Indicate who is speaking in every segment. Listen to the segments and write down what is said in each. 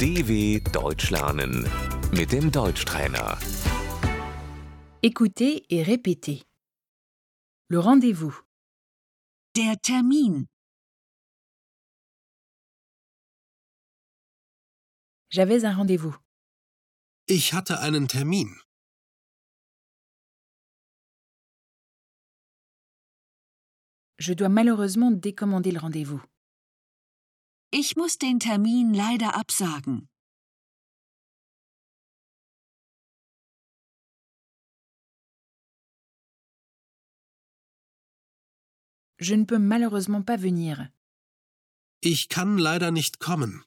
Speaker 1: DW Deutsch lernen mit dem Deutschtrainer.
Speaker 2: Écoutez et répétez. Le rendez-vous.
Speaker 3: Der Termin.
Speaker 2: J'avais un rendez-vous.
Speaker 4: Ich hatte einen Termin.
Speaker 2: Je dois malheureusement décommander le rendez-vous.
Speaker 3: Ich muss den Termin leider absagen.
Speaker 2: Je ne peux malheureusement pas venir.
Speaker 4: Ich kann leider nicht kommen.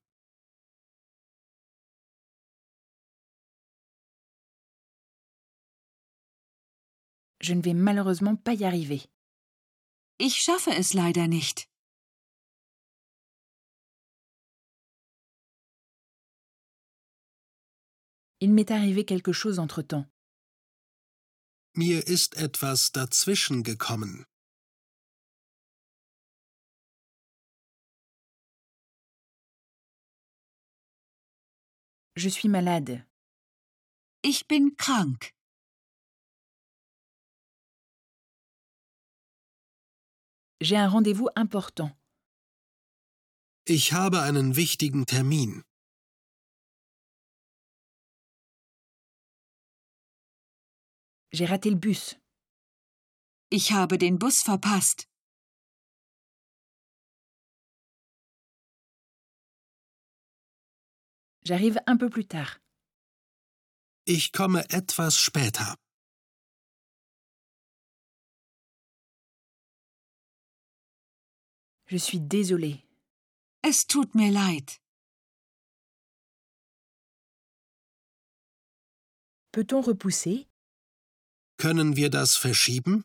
Speaker 2: Je ne vais malheureusement pas y arriver.
Speaker 3: Ich schaffe es leider nicht.
Speaker 2: Il m'est arrivé quelque chose entre-temps.
Speaker 4: Mir ist etwas dazwischen gekommen.
Speaker 2: Je suis malade.
Speaker 3: Ich bin krank.
Speaker 2: J'ai un rendez-vous important.
Speaker 4: Ich habe einen wichtigen Termin.
Speaker 2: J'ai raté le bus.
Speaker 3: Ich habe den Bus verpasst.
Speaker 2: J'arrive un peu plus tard.
Speaker 4: Ich komme etwas später.
Speaker 2: Je suis désolée.
Speaker 3: Es tut mir leid.
Speaker 2: Peut-on repousser
Speaker 4: Können wir das verschieben?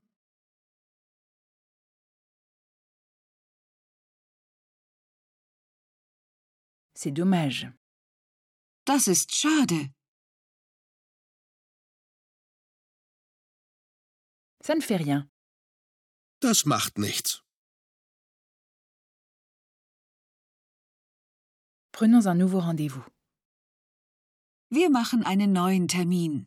Speaker 2: C'est dommage.
Speaker 3: Das ist schade.
Speaker 2: Ça ne fait rien.
Speaker 4: Das macht nichts.
Speaker 2: Prenons un nouveau rendez-vous.
Speaker 3: Wir machen einen neuen Termin.